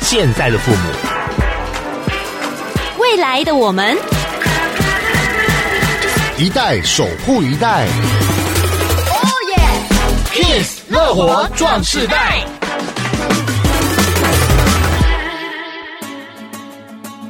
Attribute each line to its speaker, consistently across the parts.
Speaker 1: 现在的父母，
Speaker 2: 未来的我们，
Speaker 3: 一代守护一代。
Speaker 2: Oh
Speaker 1: Kiss 乐活壮士代。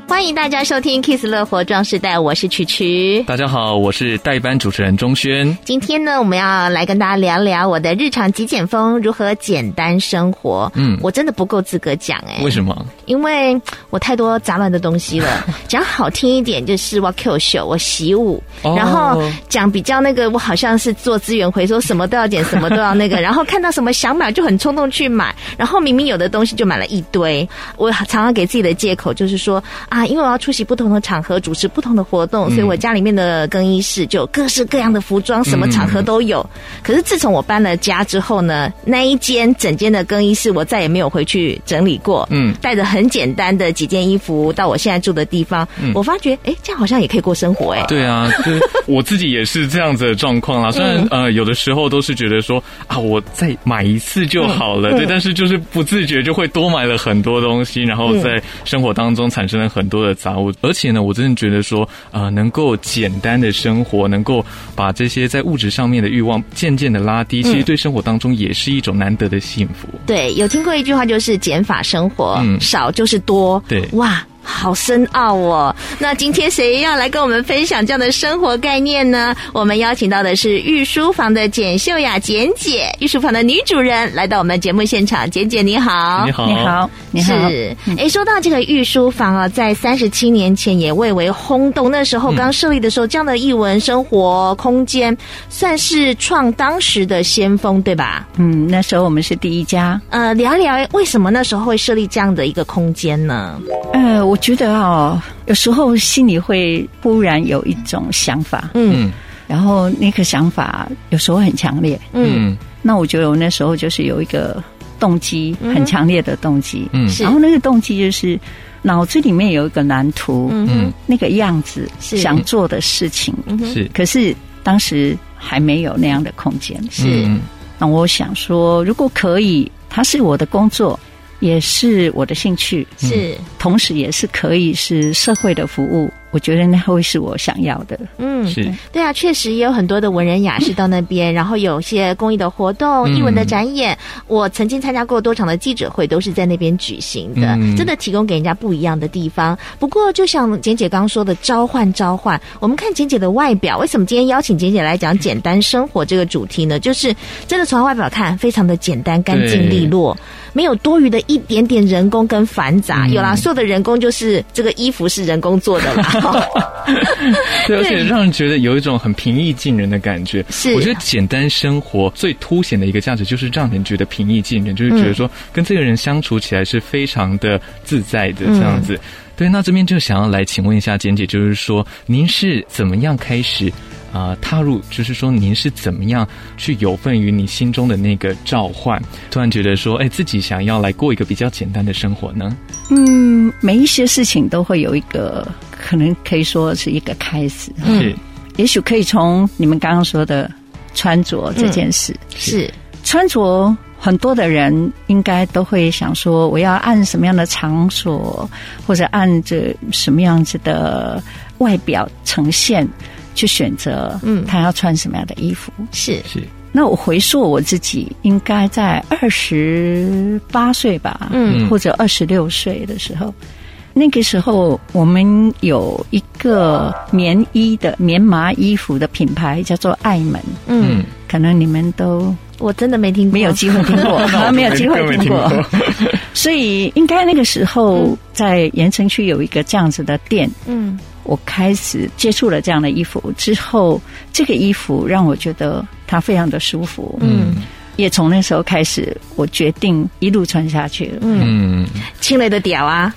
Speaker 2: 欢迎大家收听《Kiss 乐活壮士代》，我是曲曲。
Speaker 4: 大家好，我是代班主持人钟轩。
Speaker 2: 今天呢，我们要来跟大家聊聊我的日常极简风如何简单生活。
Speaker 4: 嗯
Speaker 2: 我真的不够资格讲哎、
Speaker 4: 为什么？
Speaker 2: 因为我太多杂乱的东西了。讲好听一点就是我 Q 秀，我习武；
Speaker 4: 哦
Speaker 2: 然后讲比较那个，我好像是做资源回收，什么都要捡，什么都要那个。然后看到什么想买就很冲动去买，然后明明有的东西就买了一堆。我常常给自己的借口就是说啊，因为我要出席不同的场合，主持不同的活动，所以我家里面的更衣室就有各式各样的服装，什么场合都有。可是自从我搬了家之后呢，那一间整间的更衣室我再也没有回去整理过。
Speaker 4: 嗯
Speaker 2: 带着很简单的几件衣服到我现在住的地方，我发觉哎，这样好像也可以过生活哎。
Speaker 4: 嗯对 啊，就是我自己也是这样子的状况啦。虽然、呃，有的时候都是觉得说啊，我再买一次就好了，对，但是就是不自觉就会多买了很多东西，然后在生活当中产生了很多的杂物。而且呢，我真的觉得说，呃，能够简单的生活，能够把这些在物质上面的欲望渐渐的拉低，其实对生活当中也是一种难得的幸福。
Speaker 2: 对，有听过一句话就是“减法生活”，
Speaker 4: 嗯
Speaker 2: 少就是多。
Speaker 4: 对
Speaker 2: 哇。好深奥哦！那今天谁要来跟我们分享这样的生活概念呢？我们邀请到的是御书房的简秀雅简姐，御书房的女主人，来到我们节目现场。简姐你好，
Speaker 4: 你好，
Speaker 5: 你好，你好。
Speaker 2: 是，哎，说到这个御书房啊，在三十七年前也蔚为轰动。那时候刚设立的时候，这样的艺文生活空间算是创当时的先锋，对吧？
Speaker 5: 嗯，那时候我们是第一家。
Speaker 2: 呃，聊一聊为什么那时候会设立这样的一个空间呢？
Speaker 5: 呃，我觉得哦，有时候心里会忽然有一种想法，
Speaker 2: 嗯
Speaker 4: 嗯
Speaker 5: 然后那个想法有时候很强烈。
Speaker 2: 嗯
Speaker 4: 嗯
Speaker 5: 那我觉得我那时候就是有一个动机，
Speaker 2: 嗯
Speaker 5: 很强烈的动机。
Speaker 4: 嗯
Speaker 2: 是
Speaker 5: 然后那个动机就是脑子里面有一个蓝图，
Speaker 2: 嗯哼
Speaker 4: 嗯，
Speaker 5: 那个样子
Speaker 2: 是
Speaker 5: 想做的事情，
Speaker 2: 嗯哼，
Speaker 4: 是
Speaker 5: 可是当时还没有那样的空间。
Speaker 2: 是
Speaker 4: 嗯
Speaker 5: 那我想说，如果可以，它是我的工作，也是我的兴趣，
Speaker 2: 是，
Speaker 5: 同时也是可以是社会的服务。我觉得那会是我想要的。
Speaker 2: 嗯，
Speaker 4: 是
Speaker 2: 对啊，确实也有很多的文人雅士到那边，然后有一些公益的活动、
Speaker 4: 嗯
Speaker 2: 艺文的展演。我曾经参加过多场的记者会，都是在那边举行的，
Speaker 4: 嗯
Speaker 2: 真的提供给人家不一样的地方。不过，就像简姐刚说的，召唤召唤。我们看简姐的外表，为什么今天邀请简姐来讲简单生活这个主题呢？就是真的从她外表看，非常的简单、干净
Speaker 4: 对嗯
Speaker 2: 利落，没有多余的一点点人工跟繁杂。有啦，所有的人工就是这个衣服是人工做的 啦。哦
Speaker 4: 对，而且
Speaker 2: 对
Speaker 4: 让人觉得有一种很平易近人的感觉。
Speaker 2: 是
Speaker 4: 我觉得简单生活最凸显的一个价值，就是让人觉得平易近人，就是觉得说跟这个人相处起来是非常的自在的这样子。对，那这边就想要来请问一下简姐，就是说您是怎么样开始啊、踏入，就是说您是怎么样去有份于你心中的那个召唤，突然觉得说，哎，自己想要来过一个比较简单的生活呢？
Speaker 5: 嗯，每一些事情都会有一个，可能可以说是一个开始。
Speaker 4: 是，
Speaker 5: 也许可以从你们刚刚说的穿着这件事，
Speaker 2: 是，
Speaker 5: 穿着很多的人应该都会想说，我要按什么样的场所，或者按着什么样子的外表呈现去选择，
Speaker 2: 嗯
Speaker 5: 他要穿什么样的衣服。
Speaker 2: 是，
Speaker 4: 是，
Speaker 5: 那我回溯我自己，应该在二十八岁吧，
Speaker 2: 嗯
Speaker 5: 或者二十六岁的时候。那个时候，我们有一个棉衣的棉麻衣服的品牌，叫做爱门，
Speaker 2: 嗯，
Speaker 4: 嗯，
Speaker 5: 可能你们都
Speaker 2: 我真的没听过，
Speaker 5: 没有机会 听过，啊
Speaker 4: 那我就
Speaker 5: 没有机会
Speaker 4: 更没
Speaker 5: 听过。 所以应该那个时候在盐城区有一个这样子的店，
Speaker 2: 嗯
Speaker 5: 我开始接触了这样的衣服之后，这个衣服让我觉得它非常的舒服，
Speaker 2: 嗯
Speaker 5: 也从那时候开始，我决定一路穿下去了。
Speaker 2: 嗯，
Speaker 4: 嗯，
Speaker 2: 清雷的屌啊，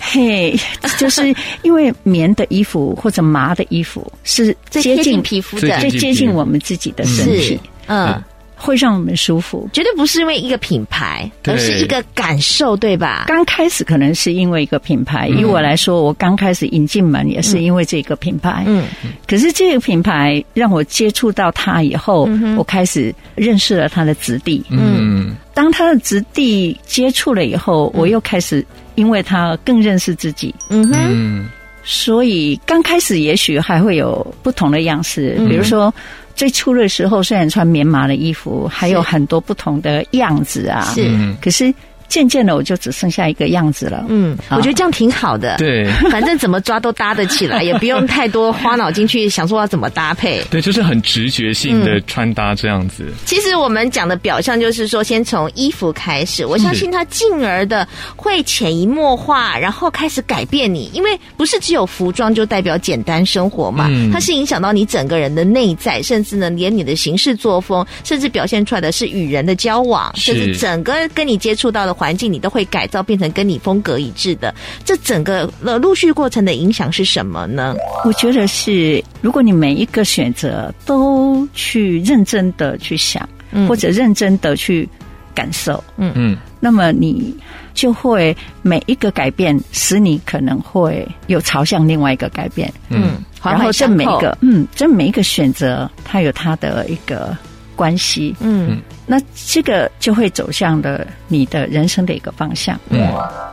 Speaker 5: 嘿，就是因为棉的衣服或者麻的衣服是
Speaker 2: 最
Speaker 5: 接
Speaker 2: 贴近
Speaker 5: 近
Speaker 2: 皮肤
Speaker 4: 最
Speaker 2: 的
Speaker 4: 近，
Speaker 5: 最接近我们自己的身体
Speaker 2: 是。嗯
Speaker 4: 嗯
Speaker 5: 会让我们舒服。
Speaker 2: 绝对不是因为一个品牌，
Speaker 4: 对
Speaker 2: 而是一个感受，对吧？
Speaker 5: 刚开始可能是因为一个品牌，
Speaker 2: 嗯
Speaker 5: 以我来说，我刚开始引进门也是因为这个品牌。
Speaker 2: 嗯，
Speaker 5: 可是这个品牌让我接触到它以后，
Speaker 2: 嗯
Speaker 5: 我开始认识了它的质地。
Speaker 4: 嗯，
Speaker 5: 当它的质地接触了以后，我又开始因为它更认识自己。
Speaker 2: 嗯哼，
Speaker 4: 嗯，
Speaker 5: 所以刚开始也许还会有不同的样式，
Speaker 2: 嗯
Speaker 5: 比如说。最初的时候，虽然穿棉麻的衣服，还有很多不同的样子啊。
Speaker 2: 是，
Speaker 4: 嗯
Speaker 5: 可是渐渐的，我就只剩下一个样子了。
Speaker 2: 嗯，
Speaker 5: 好
Speaker 2: 我觉得这样挺好的。。
Speaker 4: 对。
Speaker 2: 反正怎么抓都搭得起来，也不用太多花脑筋去想说要怎么搭配。
Speaker 4: 对，就是很直觉性的穿搭这样子，
Speaker 2: 其实我们讲的表象就是说，先从衣服开始，我相信它进而的会潜移默化，然后开始改变你，因为不是只有服装就代表简单生活嘛，
Speaker 4: 嗯
Speaker 2: 它是影响到你整个人的内在，甚至呢连你的行事作风，甚至表现出来的是与人的交往，
Speaker 4: 是
Speaker 2: 甚至整个跟你接触到的环境，你都会改造变成跟你风格一致的。这整个呃陆续过程的影响是什么呢？
Speaker 5: 我觉得是，如果你每一个选择都去认真的去想，
Speaker 2: 嗯
Speaker 5: 或者认真的去感受，
Speaker 4: 嗯，
Speaker 5: 那么你就会每一个改变，使你可能会有朝向另外一个改变。
Speaker 2: 嗯，
Speaker 5: 然后这
Speaker 2: 相
Speaker 5: 每一
Speaker 2: 扣
Speaker 5: 个，嗯，这每一个选择，它有它的一个关系，
Speaker 2: 嗯
Speaker 5: 那这个就会走向了你的人生的一个方向。
Speaker 4: 嗯，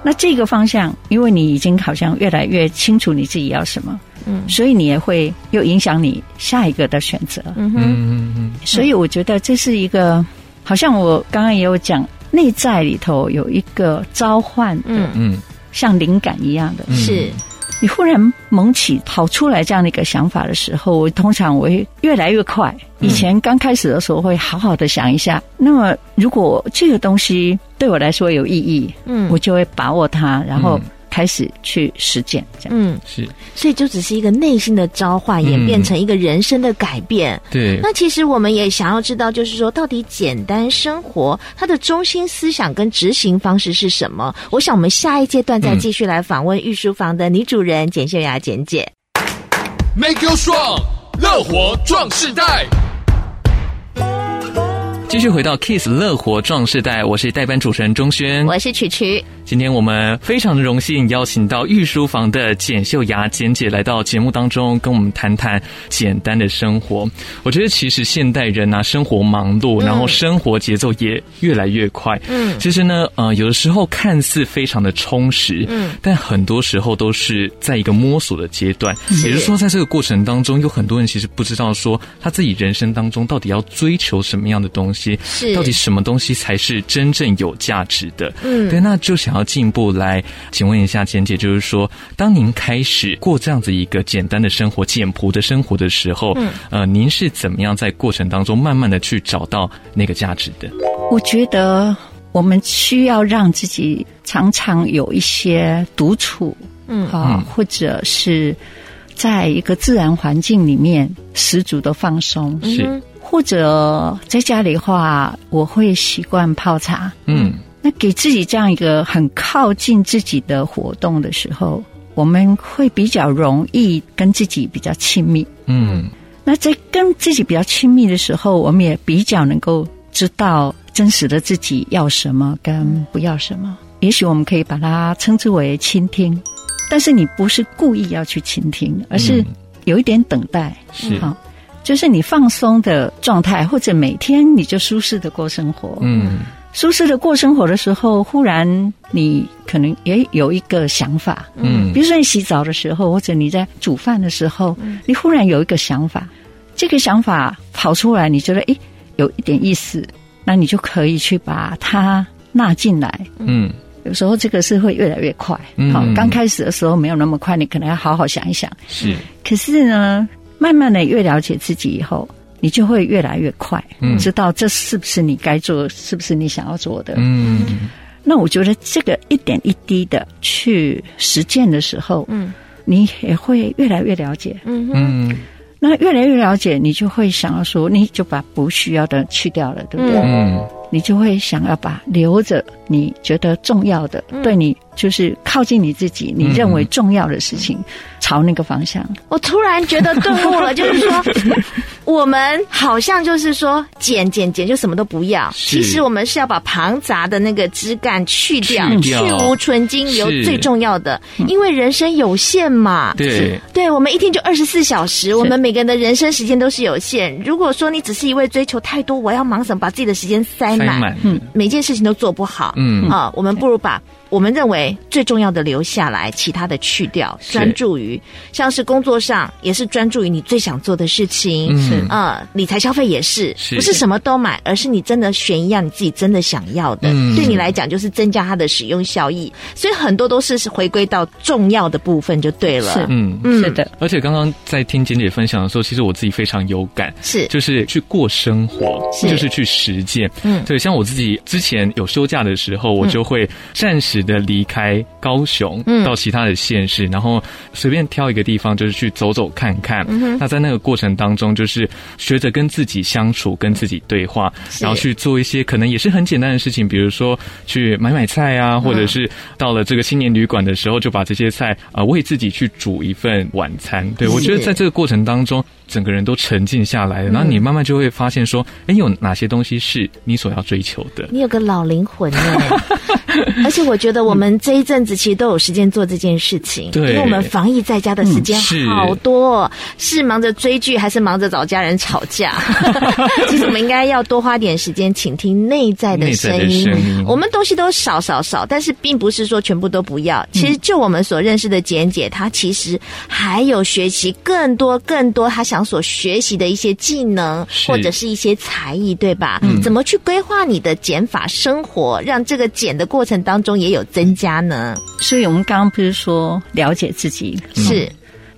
Speaker 5: 那这个方向，因为你已经好像越来越清楚你自己要什么，
Speaker 2: 嗯
Speaker 5: 所以你也会又影响你下一个的选择。
Speaker 2: 嗯哼
Speaker 4: 嗯嗯
Speaker 5: 所以我觉得这是一个，好像我刚刚也有讲，内在里头有一个召唤，嗯，
Speaker 2: 嗯
Speaker 4: 嗯，
Speaker 5: 像灵感一样的，
Speaker 4: 嗯
Speaker 2: 是。
Speaker 5: 你忽然萌起跑出来这样的一个想法的时候，我通常我会越来越快。以前刚开始的时候会好好的想一下，那么如果这个东西对我来说有意义，
Speaker 2: 嗯
Speaker 5: 我就会把握它，然后
Speaker 4: 嗯
Speaker 5: 开始去实践。这样，
Speaker 2: 嗯，
Speaker 4: 是，
Speaker 2: 所以就只是一个内心的召唤，演变成一个人生的改变。
Speaker 4: 对，
Speaker 2: 那其实我们也想要知道，就是说，到底简单生活它的中心思想跟执行方式是什么？我想我们下一阶段再继续来访问御书房的女主人简秀雅简姐。
Speaker 1: ，Make you strong，乐活壮士代。
Speaker 4: 继续回到 Kiss 乐活壮士代，我是代班主持人钟轩，
Speaker 2: 我是曲曲，
Speaker 4: 今天我们非常的荣幸邀请到御书房的简秀雅简姐来到节目当中，跟我们谈谈简单的生活。我觉得其实现代人啊，生活忙碌，然后生活节奏也越来越快。
Speaker 2: 嗯
Speaker 4: 其实呢，呃，有的时候看似非常的充实，
Speaker 2: 嗯，
Speaker 4: 但很多时候都是在一个摸索的阶段。也就是说，在这个过程当中，有很多人其实不知道说他自己人生当中到底要追求什么样的东西，
Speaker 2: 是
Speaker 4: 到底什么东西才是真正有价值的？
Speaker 2: 嗯
Speaker 4: 对，那就想要进一步来请问一下简姐，就是说，当您开始过这样子一个简单的生活、简朴的生活的时候，嗯，呃，您是怎么样在过程当中慢慢的去找到那个价值的？
Speaker 5: 我觉得我们需要让自己常常有一些独处，
Speaker 2: 嗯
Speaker 5: 啊
Speaker 4: 嗯，
Speaker 5: 或者是在一个自然环境里面十足的放松，
Speaker 2: 嗯
Speaker 4: 是，
Speaker 5: 或者在家里的话，我会习惯泡茶。
Speaker 4: 嗯
Speaker 5: 那给自己这样一个很靠近自己的活动的时候，我们会比较容易跟自己比较亲密。
Speaker 4: 嗯
Speaker 5: 那在跟自己比较亲密的时候，我们也比较能够知道真实的自己要什么跟不要什么。也许我们可以把它称之为倾听，但是你不是故意要去倾听，而是
Speaker 4: 嗯
Speaker 5: 有一点等待。
Speaker 4: 是
Speaker 5: 好，就是你放松的状态，或者每天你就舒适的过生活。
Speaker 4: 嗯
Speaker 5: 舒适的过生活的时候，忽然你可能也有一个想法，
Speaker 4: 嗯
Speaker 5: 比如说你洗澡的时候，或者你在煮饭的时候，
Speaker 4: 嗯
Speaker 5: 你忽然有一个想法，这个想法跑出来，你觉得诶有一点意思，那你就可以去把它纳进来。
Speaker 4: 嗯
Speaker 5: 有时候这个是会越来越快，
Speaker 4: 嗯
Speaker 5: 好，刚开始的时候没有那么快，你可能要好好想一想。
Speaker 4: 是
Speaker 5: 可是呢，慢慢的越了解自己以后，你就会越来越快，
Speaker 4: 嗯
Speaker 5: 知道这是不是你该做，是不是你想要做的。
Speaker 4: 嗯
Speaker 5: 那我觉得这个一点一滴的去实践的时候，
Speaker 2: 嗯，
Speaker 5: 你也会越来越了解。
Speaker 2: 嗯哼，
Speaker 4: 嗯
Speaker 5: 那越来越了解，你就会想要说，你就把不需要的去掉了，对不对？
Speaker 2: 嗯
Speaker 4: 嗯
Speaker 5: 你就会想要把留着
Speaker 2: 嗯
Speaker 5: 你觉得重要的，对你就是靠近你自己，你认为重要的事情，朝那个方向。
Speaker 2: 我突然觉得顿悟了，就是说， 我们好像就是说减减减就什么都不要，
Speaker 4: 是
Speaker 2: 其实我们是要把庞杂的那个枝干去掉，
Speaker 4: 去掉
Speaker 2: 无存精留
Speaker 4: 是嗯
Speaker 2: 最重要的，因为人生有限嘛。
Speaker 4: 对
Speaker 2: 对，我们一天就二十四小时，我们每个人的人生时间都是有限。如果说你只是一味追求太多，我要忙什么，把自己的时间塞
Speaker 4: 塞
Speaker 2: 满，
Speaker 4: 满，
Speaker 2: 每件事情都做不好，
Speaker 4: 嗯
Speaker 2: 啊、我们不如把我们认为最重要的留下来，其他的去掉，专注于像是工作上也是专注于你最想做的事情，
Speaker 4: 嗯是
Speaker 2: 啊、理财消费也是，
Speaker 4: 是
Speaker 2: 不是什么都买，而是你真的选一样你自己真的想要的，
Speaker 4: 嗯
Speaker 2: 对你来讲就是增加它的使用效益，所以很多都是回归到重要的部分就对了，
Speaker 4: 嗯。
Speaker 2: 嗯
Speaker 5: 是的，
Speaker 4: 而且刚刚在听简姐分享的时候，其实我自己非常有感，
Speaker 2: 是
Speaker 4: 就是去过生活，
Speaker 2: 是
Speaker 4: 就是去实践。
Speaker 2: 嗯
Speaker 4: 对，像我自己之前有休假的时候，我就会暂时的离开高雄，
Speaker 2: 嗯
Speaker 4: 到其他的县市，然后随便挑一个地方，就是去走走看看。
Speaker 2: 嗯
Speaker 4: 那在那个过程当中，就是学着跟自己相处，跟自己对话，
Speaker 2: 是
Speaker 4: 然后去做一些可能也是很简单的事情，比如说去买买菜啊，
Speaker 2: 嗯
Speaker 4: 或者是到了这个青年旅馆的时候，就把这些菜啊、呃为自己去煮一份晚餐。对我觉得
Speaker 2: 是
Speaker 4: 在这个过程当中，整个人都沉浸下来了，然后你慢慢就会发现说，哎，有哪些东西是你所要追求的。
Speaker 2: 你有个老灵 魂呢，而且我觉得我们这一阵子其实都有时间做这件事情，
Speaker 4: 对嗯
Speaker 2: 因为我们防疫在家的时间
Speaker 4: 是
Speaker 2: 好多哦，是忙着追剧还是忙着找家人吵 架？其实我们应该要多花点时间倾听内在的声音。
Speaker 4: 内在的声音
Speaker 2: 我们东西都少少少，但是并不是说全部都不
Speaker 4: 嗯
Speaker 2: 要。其实就我们所认识的简姐，她其实还有学习更多更多她想所学习的一些技能，
Speaker 4: 是嗯
Speaker 2: 或者是一些才艺，对吧？怎么去规划你的减法生活，让这个减的过程当中也有增加呢？
Speaker 5: 所以我们刚刚不是说了解自己，
Speaker 4: 嗯
Speaker 2: 是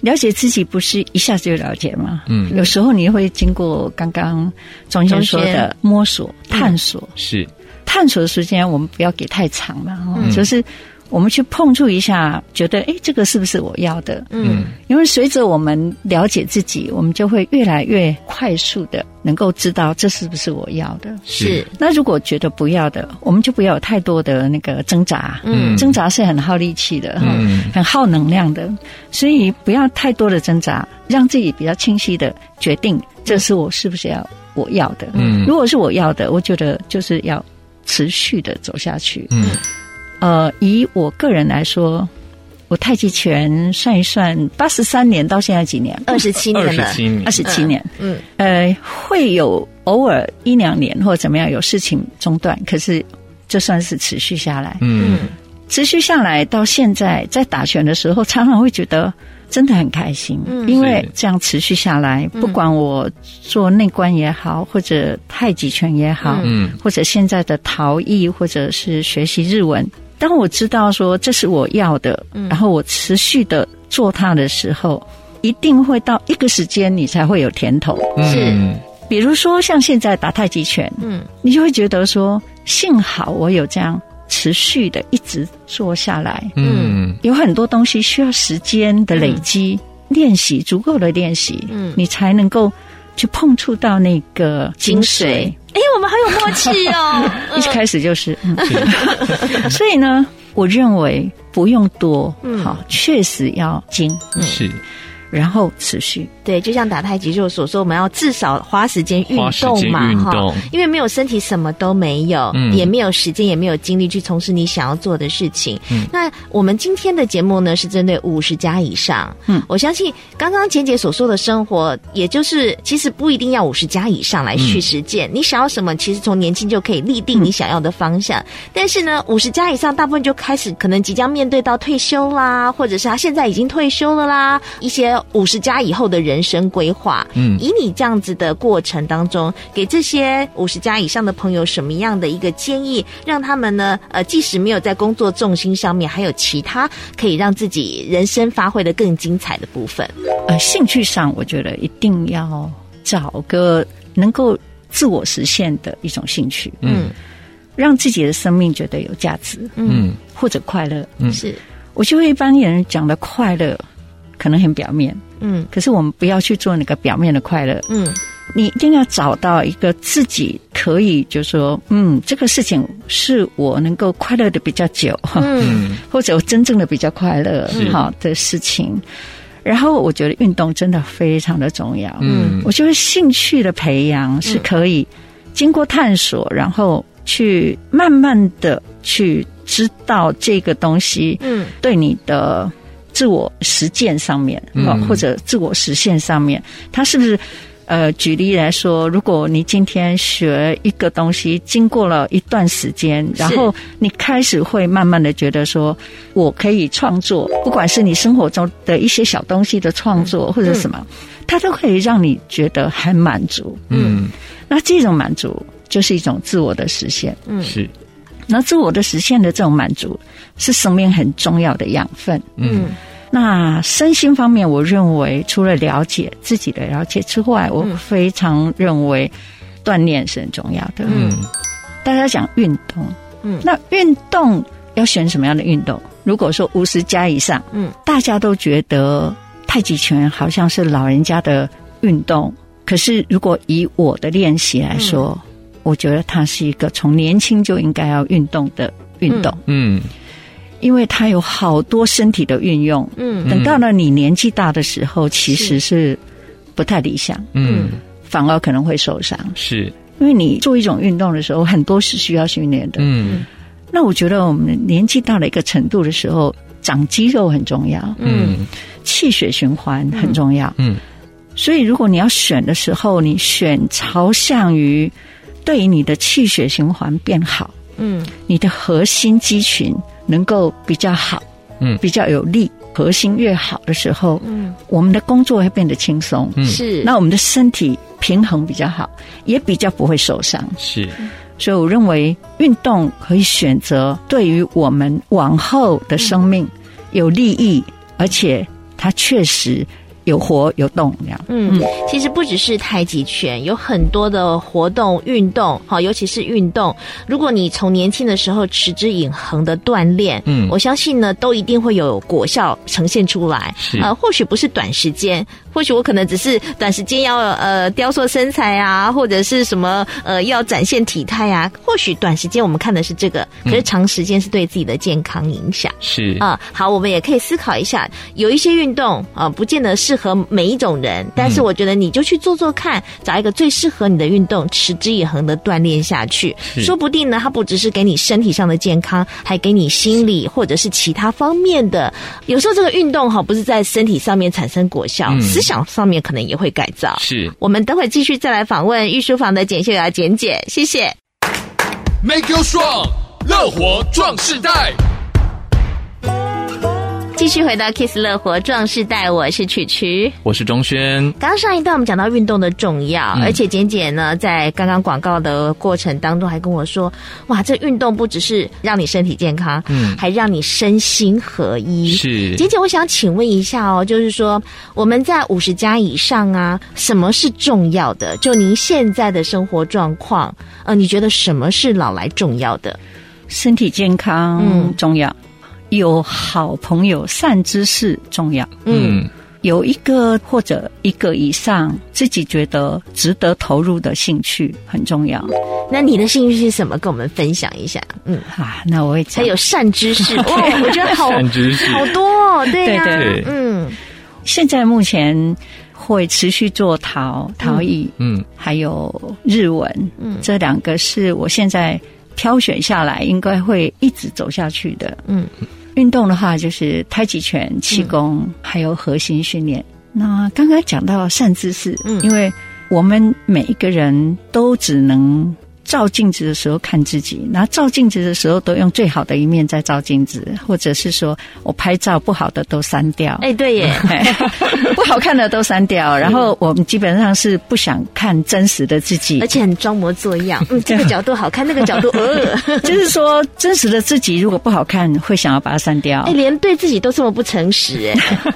Speaker 5: 了解自己不是一下子就了解吗？
Speaker 4: 嗯，
Speaker 5: 有时候你会经过刚刚庄先说
Speaker 2: 钟
Speaker 5: 的
Speaker 2: 先
Speaker 5: 摸索、探索，
Speaker 2: 嗯
Speaker 4: 是
Speaker 5: 探索的时间我们不要给太长嘛，哦
Speaker 2: 嗯
Speaker 5: 就是我们去碰触一下，觉得诶这个是不是我要的？
Speaker 2: 嗯
Speaker 5: 因为随着我们了解自己，我们就会越来越快速的能够知道这是不是我要的。
Speaker 2: 是
Speaker 5: 那如果觉得不要的，我们就不要有太多的那个挣扎。
Speaker 2: 嗯
Speaker 5: 挣扎是很耗力气的，哈
Speaker 4: 嗯
Speaker 5: 很耗能量的，所以不要太多的挣扎，让自己比较清晰的决定，这是我是不是要我要的。
Speaker 4: 嗯
Speaker 5: 如果是我要的，我觉得就是要持续的走下去。
Speaker 4: 嗯
Speaker 5: 呃，以我个人来说，我太极拳算一算，八十三年到现在几年？
Speaker 2: 二十七
Speaker 4: 二
Speaker 2: 年
Speaker 4: 十
Speaker 2: 了，
Speaker 4: 七年
Speaker 5: 二，十七年。
Speaker 2: 嗯
Speaker 5: 呃，会有偶尔一两年或怎么样有事情中断，可是这算是持续下来。
Speaker 4: 嗯
Speaker 2: 嗯
Speaker 5: 持续下来到现在，在打拳的时候，常常会觉得真的很开心，
Speaker 2: 嗯
Speaker 5: 因为这样持续下来，不管我做内关也好，或者太极拳也好，
Speaker 4: 嗯
Speaker 5: 或者现在的陶艺，或者是学习日文，当我知道说这是我要的，然后我持续的做它的时候，一定会到一个时间你才会有甜头。
Speaker 4: 嗯
Speaker 5: 比如说像现在打太极拳，
Speaker 2: 嗯，
Speaker 5: 你就会觉得说，幸好我有这样持续的一直做下来，
Speaker 4: 嗯
Speaker 5: 有很多东西需要时间的累积、练习，足够的练习，
Speaker 2: 嗯
Speaker 5: 你才能够去碰触到那个精髓。
Speaker 2: 哎，我们好有默契哦。
Speaker 5: 一开始就是，嗯 所以呢，我认为不用多，好，确实要精，
Speaker 4: 嗯是
Speaker 5: 然后持续。
Speaker 2: 对，就像打太极就所说，我们要至少花时间运
Speaker 4: 花时
Speaker 2: 动
Speaker 4: 间
Speaker 2: 嘛，
Speaker 4: 运
Speaker 2: 哈
Speaker 4: 动，
Speaker 2: 因为没有身体什么都没有，
Speaker 4: 嗯
Speaker 2: 也没有时间，也没有精力去从事你想要做的事情。
Speaker 4: 嗯
Speaker 2: 那我们今天的节目呢，是针对五十加以上。
Speaker 5: 嗯
Speaker 2: 我相信刚刚简姐所说的生活，也就是其实不一定要五十加以上来去实
Speaker 4: 嗯
Speaker 2: 践，你想要什么，其实从年轻就可以立定你想要的方向。但是呢，五十加以上，大部分就开始可能即将面对到退休啦，或者是他现在已经退休了啦，一些五十加以后的人生规划。
Speaker 4: 嗯
Speaker 2: 以你这样子的过程当中，给这些五十加以上的朋友什么样的一个建议，让他们呢，呃，即使没有在工作重心上面，还有其他可以让自己人生发挥的更精彩的部分。
Speaker 5: 呃，兴趣上，我觉得一定要找个能够自我实现的一种兴趣，
Speaker 4: 嗯
Speaker 5: 让自己的生命觉得有价值
Speaker 4: 嗯
Speaker 5: 或者快乐。
Speaker 4: 嗯
Speaker 2: 是，
Speaker 5: 我觉得一般人讲的快乐，可能很表面，
Speaker 2: 嗯
Speaker 5: 可是我们不要去做那个表面的快乐，
Speaker 2: 嗯
Speaker 5: 你一定要找到一个自己可以，就说，嗯，这个事情是我能够快 乐的比较久，
Speaker 2: 嗯
Speaker 5: 或者我真正的比较快乐
Speaker 4: 是，
Speaker 5: 好的事情。然后我觉得运动真的非常的重要。
Speaker 4: 嗯
Speaker 5: 我觉得兴趣的培养是可以经过探索，然后去慢慢的去知道这个东西
Speaker 2: 嗯
Speaker 5: 对你的自我实践上面，
Speaker 4: 嗯
Speaker 5: 哦或者自我实现上面，它是不是？呃，举例来说，如果你今天学一个东西，经过了一段时间，然后你开始会慢慢的觉得说，我可以创作，不管是你生活中的一些小东西的创作或者什么，它都可以让你觉得很满足。
Speaker 4: 嗯
Speaker 5: 那这种满足就是一种自我的实现。
Speaker 4: 嗯是
Speaker 5: 那自我的实现的这种满足，是生命很重要的养分。
Speaker 4: 嗯
Speaker 5: 那身心方面，我认为除了了解自己的了解之外，我
Speaker 2: 嗯
Speaker 5: 非常认为锻炼是很重要的。
Speaker 4: 嗯
Speaker 5: 大家讲运动，
Speaker 2: 嗯
Speaker 5: 那运动要选什么样的运动？如果说五十加以上，
Speaker 2: 嗯，
Speaker 5: 大家都觉得太极拳好像是老人家的运动，可是如果以我的练习来说，
Speaker 2: 嗯
Speaker 5: 我觉得它是一个从年轻就应该要运动的运动，
Speaker 4: 嗯
Speaker 5: 因为它有好多身体的运用。
Speaker 2: 嗯
Speaker 5: 等到了你年纪大的时候，其实是不太理想，
Speaker 4: 嗯
Speaker 5: 反而可能会受伤。
Speaker 4: 是
Speaker 5: 因为你做一种运动的时候，很多是需要训练的。
Speaker 4: 嗯
Speaker 5: 那我觉得我们年纪到了一个程度的时候，长肌肉很重要，
Speaker 4: 嗯
Speaker 5: 气血循环很重要。
Speaker 4: 嗯
Speaker 5: 所以如果你要选的时候，你选朝向于对于你的气血循环变好，
Speaker 2: 嗯
Speaker 5: 你的核心肌群能够比较好，
Speaker 4: 嗯
Speaker 5: 比较有力。核心越好的时候，
Speaker 2: 嗯，
Speaker 5: 我们的工作会变得轻松，
Speaker 4: 嗯
Speaker 2: 是
Speaker 5: 那我们的身体平衡比较好，也比较不会受伤。
Speaker 4: 嗯是
Speaker 5: 所以我认为运动可以选择对于我们往后的生
Speaker 2: 嗯
Speaker 5: 命有利益，而且它确实有活有动这样。
Speaker 2: 嗯，其实不只是太极拳，有很多的活动、运动，好，尤其是运动。如果你从年轻的时候持之以恒的锻炼，
Speaker 4: 嗯
Speaker 2: 我相信呢，都一定会有果效呈现出来。
Speaker 4: 是
Speaker 2: 呃，或许不是短时间，或许我可能只是短时间要呃雕塑身材啊，或者是什么呃要展现体态啊。或许短时间我们看的是这个，
Speaker 4: 嗯
Speaker 2: 可是长时间是对自己的健康影响。
Speaker 4: 是
Speaker 2: 啊、好，我们也可以思考一下，有一些运动啊、不见得适合每一种人，但是我觉得你就去做做看，找一个最适合你的运动，持之以恒的锻炼下去，说不定呢，它不只是给你身体上的健康，还给你心理或者是其他方面的。有时候这个运动哈，不是在身体上面产生果效，
Speaker 4: 嗯
Speaker 2: 思想上面可能也会改造。
Speaker 4: 是。
Speaker 2: 我们等会继续再来访问御书房的简秀雅简姐，谢谢。
Speaker 1: ，Make you strong，乐活壮世代。
Speaker 2: 继续回到 Kiss 乐活壮士代，我是曲曲。
Speaker 4: 我是钟轩，
Speaker 2: 刚刚上一段我们讲到运动的重要，
Speaker 4: 嗯
Speaker 2: 而且简姐呢在刚刚广告的过程当中还跟我说，哇，这运动不只是让你身体健康，
Speaker 4: 嗯
Speaker 2: 还让你身心合一。
Speaker 4: 是
Speaker 2: 简姐，我想请问一下哦，就是说我们在五十加以上啊，什么是重要的？就您现在的生活状况，呃，你觉得什么是老来重要的？
Speaker 5: 身体健康
Speaker 2: 嗯
Speaker 5: 重要，有好朋友、善知识重要，
Speaker 4: 嗯
Speaker 5: 有一个或者一个以上自己觉得值得投入的兴趣很重要
Speaker 2: 那你的兴趣是什么？跟我们分享一下。 嗯，
Speaker 5: 啊。那我会
Speaker 2: 才
Speaker 5: 讲
Speaker 2: 有善知识，哦，我觉得好
Speaker 4: 善知识
Speaker 2: 好多哦，对呀、
Speaker 5: 对
Speaker 4: 对
Speaker 2: 嗯
Speaker 5: 现在目前会持续做陶陶艺，
Speaker 4: 嗯
Speaker 5: 还有日文，嗯，这两个是我现在挑选下来，应该会一直走下去的。
Speaker 2: 嗯，
Speaker 5: 运动的话就是太极拳、气功，还有核心训练。那刚刚讲到善知识，
Speaker 2: 嗯
Speaker 5: 因为我们每一个人都只能。照镜子的时候看自己，然后照镜子的时候都用最好的一面在照镜子，或者是说我拍照不好的都删掉。
Speaker 2: 哎、对 耶，
Speaker 5: 不好看的都删掉，然后我们基本上是不想看真实的自己
Speaker 2: 而，且很装模作样。嗯， 这个角度好看，那个角度呃，
Speaker 5: 就是说真实的自己如果不好看，会想要把它删掉
Speaker 2: 哎、。连对自己都这么不诚实哎。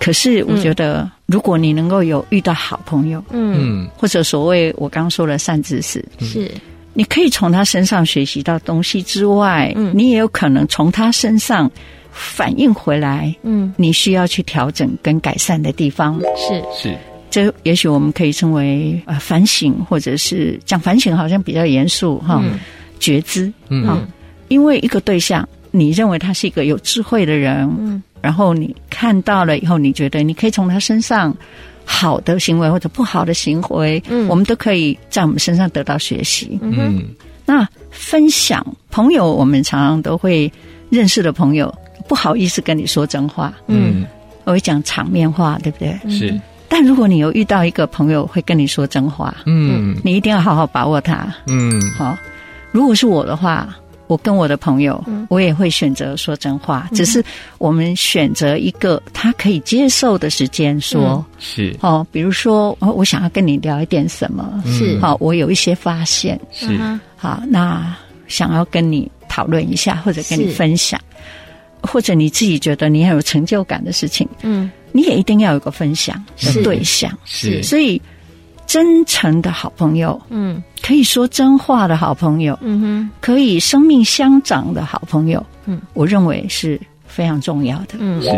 Speaker 5: 可是我觉得，如果你能够有遇到好朋友，
Speaker 2: 嗯，
Speaker 4: 嗯
Speaker 5: 或者所谓我刚说的善知识，
Speaker 2: 是
Speaker 5: 你可以从他身上学习到东西之外，你也有可能从他身上反映回来，
Speaker 2: 嗯
Speaker 5: 你需要去调整跟改善的地方。
Speaker 2: 是，
Speaker 4: 是
Speaker 5: 这也许我们可以称为呃反省，或者是讲反省好像比较严肃哈，觉知
Speaker 4: 嗯
Speaker 5: 哈，因为一个对象，你认为他是一个有智慧的人，
Speaker 2: 嗯
Speaker 5: 然后你看到了以后，你觉得你可以从他身上好的行为或者不好的行为，
Speaker 2: 嗯
Speaker 5: 我们都可以在我们身上得到学习。
Speaker 4: 嗯
Speaker 5: 那分享朋友，我们常常都会认识的朋友，不好意思跟你说真话，
Speaker 4: 嗯，
Speaker 5: 我会讲场面话，对不对？
Speaker 4: 是，
Speaker 5: 但如果你有遇到一个朋友会跟你说真话，
Speaker 4: 嗯
Speaker 5: 你一定要好好把握他。
Speaker 4: 嗯
Speaker 5: 好、如果是我的话，我跟我的朋友，
Speaker 2: 嗯
Speaker 5: 我也会选择说真话，只是我们选择一个他可以接受的时间
Speaker 2: 嗯
Speaker 5: 说。
Speaker 4: 是
Speaker 5: 哦，比如说，哦，我想要跟你聊一点什么，
Speaker 4: 嗯
Speaker 2: 是啊
Speaker 5: 好、我有一些发现，
Speaker 2: 嗯
Speaker 4: 是
Speaker 5: 好，那想要跟你讨论一下，或者跟你
Speaker 2: 是
Speaker 5: 分享，或者你自己觉得你很有成就感的事情，
Speaker 2: 嗯，
Speaker 5: 你也一定要有个分享的
Speaker 2: 是
Speaker 5: 对象。
Speaker 4: 是
Speaker 5: 所以，真诚的好朋友，
Speaker 2: 嗯，
Speaker 5: 可以说真话的好朋友，
Speaker 2: 嗯哼，
Speaker 5: 可以生命相长的好朋友，
Speaker 2: 嗯，
Speaker 5: 我认为是非常重要的。
Speaker 2: 嗯，
Speaker 4: 是，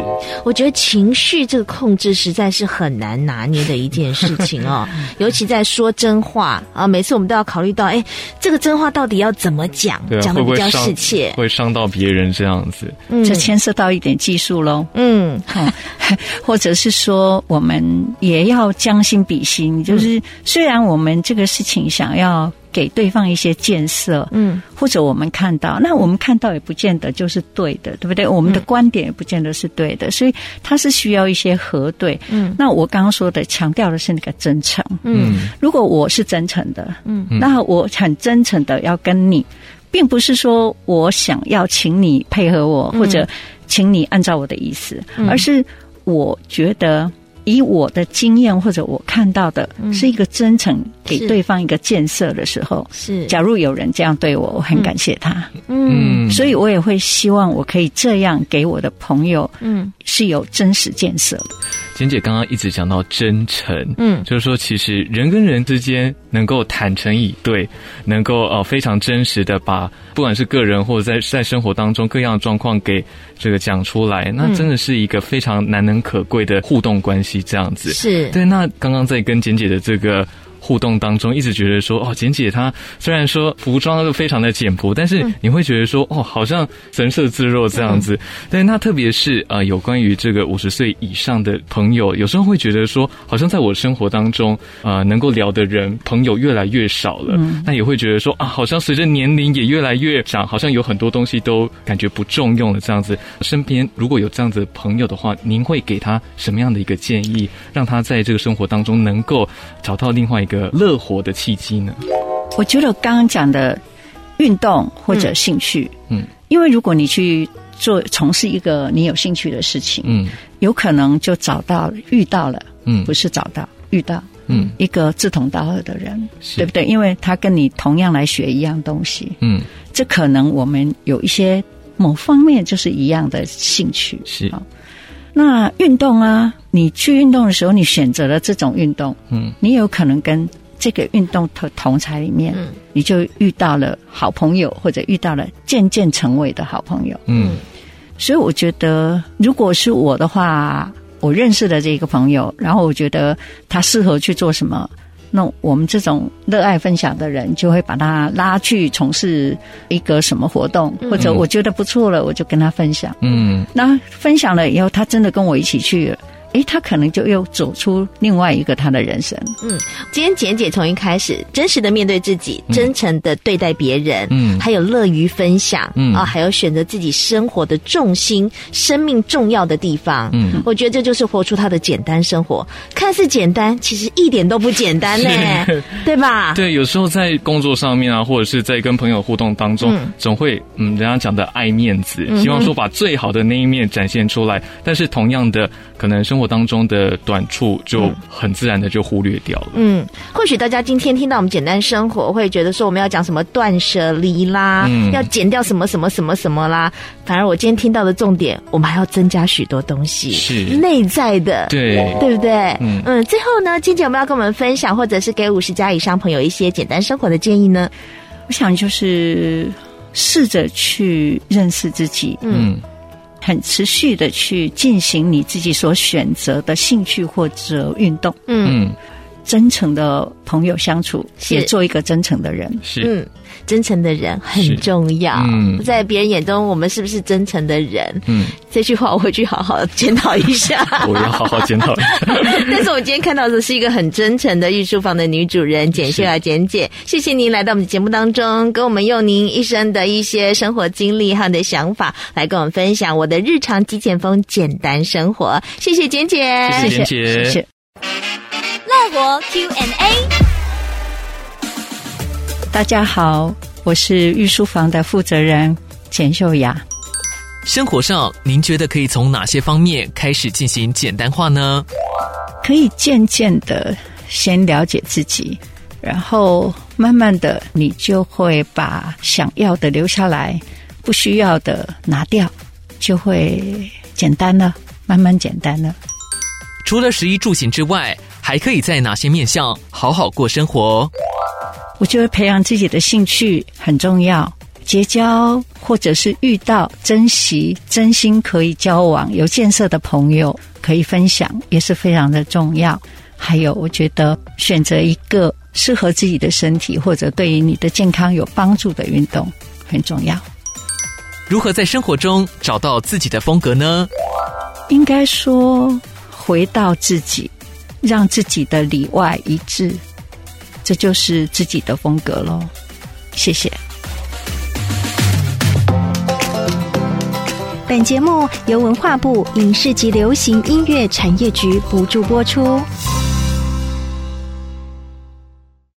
Speaker 2: 我觉得情绪这个控制实在是很难拿捏的一件事情 哦，尤其在说真话啊，每次我们都要考虑到，哎，这个真话到底要怎么讲
Speaker 4: 对，，啊，
Speaker 2: 讲
Speaker 4: 会
Speaker 2: 的
Speaker 4: 不
Speaker 2: 比较
Speaker 4: 会伤
Speaker 2: 适切，
Speaker 4: 会伤到别人这样子？
Speaker 2: 嗯
Speaker 5: 这牵涉到一点技术喽，
Speaker 2: 嗯
Speaker 5: 哈， 或者是说，我们也要将心比心，
Speaker 2: 嗯
Speaker 5: 就是虽然我们这个事情想要给对方一些建设，
Speaker 2: 嗯，
Speaker 5: 或者我们看到，那我们看到也不见得就是对的，对不对？我们的观点也不见得是对的，所以它是需要一些核对。
Speaker 2: 嗯，
Speaker 5: 那我刚刚说的强调的是那个真诚。
Speaker 4: 嗯
Speaker 5: 如果我是真诚的，
Speaker 2: 嗯，
Speaker 5: 那我很真诚的要跟你，并不是说我想要请你配合我，
Speaker 2: 嗯
Speaker 5: 或者请你按照我的意思，而是我觉得。以我的经验或者我看到的，是一个真诚给
Speaker 2: 嗯是
Speaker 5: 对方一个建设的时候，
Speaker 2: 是，
Speaker 5: 假如有人这样对我，我很感谢他，
Speaker 2: 嗯
Speaker 5: 所以我也会希望我可以这样给我的朋友
Speaker 2: 嗯
Speaker 5: 是有真实建设的。
Speaker 4: 简姐刚刚一直讲到真诚，
Speaker 2: 嗯
Speaker 4: 就是说，其实人跟人之间能够坦诚以对，能够呃非常真实的把不管是个人或者在在生活当中各样的状况给这个讲出来，
Speaker 2: 嗯
Speaker 4: 那真的是一个非常难能可贵的互动关系这样子。
Speaker 2: 是，
Speaker 4: 对，那刚刚在跟简姐的这个互动当中，一直觉得说，哦，简姐她虽然说服装都非常的简朴，但是你会觉得说，哦，好像神色自若这样子。对，那特别是呃，有关于这个五十岁以上的朋友，有时候会觉得说，好像在我生活当中，呃，能够聊的人朋友越来越少了。那也会觉得说，啊，好像随着年龄也越来越长，好像有很多东西都感觉不重用了这样子。身边如果有这样子的朋友的话，您会给他什么样的一个建议，让他在这个生活当中能够找到另外一个乐活的契机呢？
Speaker 5: 我觉得刚刚讲的运动或者兴趣，
Speaker 4: 嗯嗯
Speaker 5: 因为如果你去做从事一个你有兴趣的事情，
Speaker 4: 嗯
Speaker 5: 有可能就找到遇到了，
Speaker 4: 嗯，
Speaker 5: 不
Speaker 4: 是，
Speaker 5: 是找到遇到
Speaker 4: 嗯
Speaker 5: 一个志同道合的人，
Speaker 4: 是
Speaker 5: 对不对？因为他跟你同样来学一样东西，
Speaker 4: 嗯
Speaker 5: 这可能我们有一些某方面就是一样的兴趣。
Speaker 4: 是，
Speaker 5: 好那运动啊，你去运动的时候，你选择了这种运动，
Speaker 4: 嗯
Speaker 5: 你有可能跟这个运动的同才里面，
Speaker 2: 嗯
Speaker 5: 你就遇到了好朋友，或者遇到了渐渐成为的好朋友。
Speaker 4: 嗯
Speaker 5: 所以我觉得，如果是我的话，我认识的这个朋友，然后我觉得他适合去做什么，那我们这种热爱分享的人，就会把他拉去从事一个什么活动，或者我觉得不错了，我就跟他分享。
Speaker 4: 嗯
Speaker 5: 那分享了以后，他真的跟我一起去了，诶，他可能就又走出另外一个他的人生。
Speaker 2: 今天简姐从一开始，真实的面对自己，真诚的对待别人，
Speaker 4: 嗯
Speaker 2: 还有乐于分享，
Speaker 4: 嗯
Speaker 2: 啊，还有选择自己生活的重心，生命重要的地方，
Speaker 4: 嗯，
Speaker 2: 我觉得这就是活出他的简单生活。看似简单，其实一点都不简单呢、
Speaker 4: 是
Speaker 2: 对吧？
Speaker 4: 对，有时候在工作上面啊，或者是在跟朋友互动当中，
Speaker 2: 嗯
Speaker 4: 总会嗯，人家讲的爱面子，
Speaker 2: 嗯哼
Speaker 4: 希望说把最好的那一面展现出来，但是同样的，可能生活当中的短处就很自然的就忽略掉了。
Speaker 2: 嗯，或许大家今天听到我们简单生活，会觉得说我们要讲什么断舍离啦，
Speaker 4: 嗯
Speaker 2: 要减掉什么什么什么什么啦。反而我今天听到的重点，我们还要增加许多东西，
Speaker 4: 是
Speaker 2: 内在的，
Speaker 4: 对，
Speaker 2: 对不对？
Speaker 4: 嗯
Speaker 2: 最后呢，金姐有没有要跟我们分享，或者是给五十家以上朋友一些简单生活的建议呢？
Speaker 5: 我想就是试着去认识自己，
Speaker 4: 嗯
Speaker 5: 很持续的去进行你自己所选择的兴趣或者运动。
Speaker 2: 嗯
Speaker 4: 嗯
Speaker 5: 真诚的朋友相处，
Speaker 2: 是
Speaker 5: 也做一个真诚的人。
Speaker 4: 是，
Speaker 2: 嗯，真诚的人很重要。
Speaker 4: 嗯
Speaker 2: 在别人眼中，我们是不是真诚的人？
Speaker 4: 嗯，
Speaker 2: 这句话我会去好好检讨一 下。
Speaker 4: 我要好好检讨一下。
Speaker 2: 但是我今天看到的是一个很真诚的御书房的女主人简秀雅简姐，谢谢您来到我们的节目当中，跟我们用您一生的一些生活经历和你的想法来跟我们分享我的日常极简风简单生活。谢谢简姐，
Speaker 4: 谢谢简姐
Speaker 5: 谢谢。
Speaker 6: 乐活 Q&A，
Speaker 5: 大家好，我是御书房的负责人简秀雅。
Speaker 7: 生活上，您觉得可以从哪些方面开始进行简单化呢？
Speaker 5: 可以渐渐的先了解自己，然后慢慢的你就会把想要的留下来，不需要的拿掉，就会简单了，慢慢简单了。
Speaker 7: 除了食衣住行之外，还可以在哪些面向好好过生活？
Speaker 5: 我觉得培养自己的兴趣很重要，结交或者是遇到珍惜、真心可以交往、有建设的朋友可以分享，也是非常的重要。还有，我觉得选择一个适合自己的身体或者对于你的健康有帮助的运动很重要。
Speaker 7: 如何在生活中找到自己的风格呢？
Speaker 5: 应该说，回到自己，让自己的里外一致，这就是自己的风格喽。谢谢。
Speaker 8: 本节目由文化部影视及流行音乐产业局补助播出。